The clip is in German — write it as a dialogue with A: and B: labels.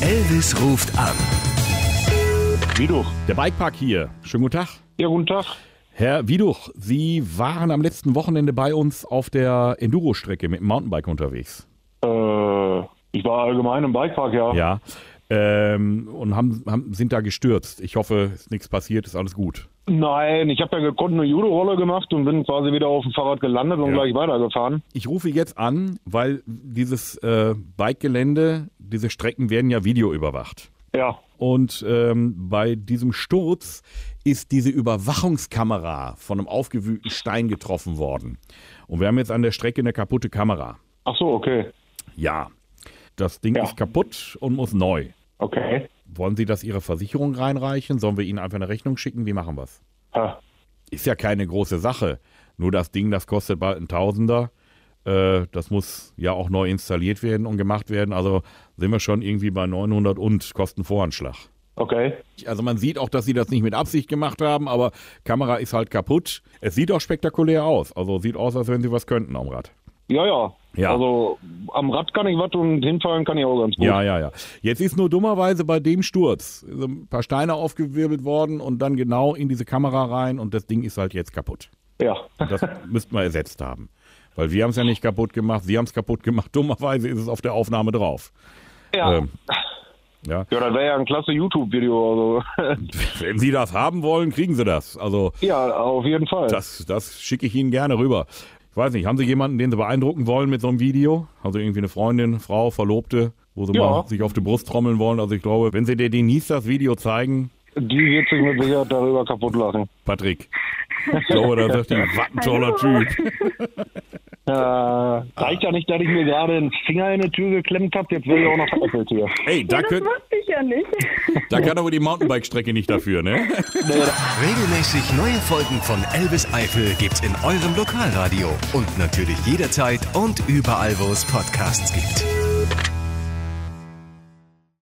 A: Elvis ruft an.
B: Widuch, der Bikepark hier. Schönen guten Tag.
C: Ja, guten Tag.
B: Herr Widuch, Sie waren am letzten Wochenende bei uns auf der Enduro-Strecke mit dem Mountainbike unterwegs.
C: Äh, ich war allgemein im Bikepark, ja.
B: Ja. Ähm, und haben, haben, sind da gestürzt. Ich hoffe, ist nichts passiert, ist alles gut.
C: Nein, ich habe ja gekonnt eine Judo-Rolle gemacht und bin quasi wieder auf dem Fahrrad gelandet und
B: Ja.
C: gleich weitergefahren.
B: Ich rufe jetzt an, weil dieses äh, Bikegelände, diese Strecken werden ja videoüberwacht.
C: Ja.
B: Und ähm, bei diesem Sturz ist diese Überwachungskamera von einem aufgewühlten Stein getroffen worden. Und wir haben jetzt an der Strecke eine kaputte Kamera.
C: Ach so, okay.
B: Ja, das Ding
C: Ja.
B: ist kaputt und muss neu.
C: Okay.
B: Wollen Sie das Ihrer Versicherung reinreichen? Sollen wir Ihnen einfach eine Rechnung schicken? Wie machen wir es?
C: Ha.
B: Ist ja keine große Sache. Nur das Ding, das kostet bald ein Tausender. Äh, das muss ja auch neu installiert werden und gemacht werden. Also sind wir schon irgendwie bei 900 und Kostenvoranschlag.
C: Okay.
B: Also man sieht auch, dass sie das nicht mit Absicht gemacht haben, aber Kamera ist halt kaputt. Es sieht auch spektakulär aus. Also sieht aus, als wenn sie was könnten am Rad.
C: Ja, ja.
B: Ja.
C: Also am Rad kann ich was und hinfallen kann ich auch ganz gut.
B: Ja, ja, ja. Jetzt ist nur dummerweise bei dem Sturz so ein paar Steine aufgewirbelt worden und dann genau in diese Kamera rein und das Ding ist halt jetzt kaputt.
C: Ja.
B: Und das müssten wir ersetzt haben. Weil wir haben es ja nicht kaputt gemacht, sie haben es kaputt gemacht. Dummerweise ist es auf der Aufnahme drauf.
C: Ja,
B: Ähm, ja.
C: ja das wäre ja ein klasse YouTube-Video. Also.
B: Wenn Sie das haben wollen, kriegen Sie das. Also
C: ja, auf jeden Fall.
B: Das, das schicke ich Ihnen gerne rüber. Ich weiß nicht, haben Sie jemanden, den Sie beeindrucken wollen mit so einem Video? Also irgendwie eine Freundin, Frau, Verlobte, wo Sie
C: Ja.
B: mal sich auf die Brust trommeln wollen? Also ich glaube, wenn Sie der Denise das Video zeigen,
C: Die wird sich mit Sicherheit darüber kaputt lachen.
B: Patrick, ich glaube, da sagt die, was ein toller Typ.
C: Äh, reicht ja nicht, dass ich mir gerade einen Finger in die Tür geklemmt habe. Jetzt will ich auch noch veräppelt hier.
B: Ey, da,
D: das
B: könnt,
D: wusste ich ja nicht.
B: da kann aber die Mountainbike-Strecke nicht dafür, ne?
A: Regelmäßig neue Folgen von Elvis Eifel gibt's in eurem Lokalradio und natürlich jederzeit und überall, wo es Podcasts gibt.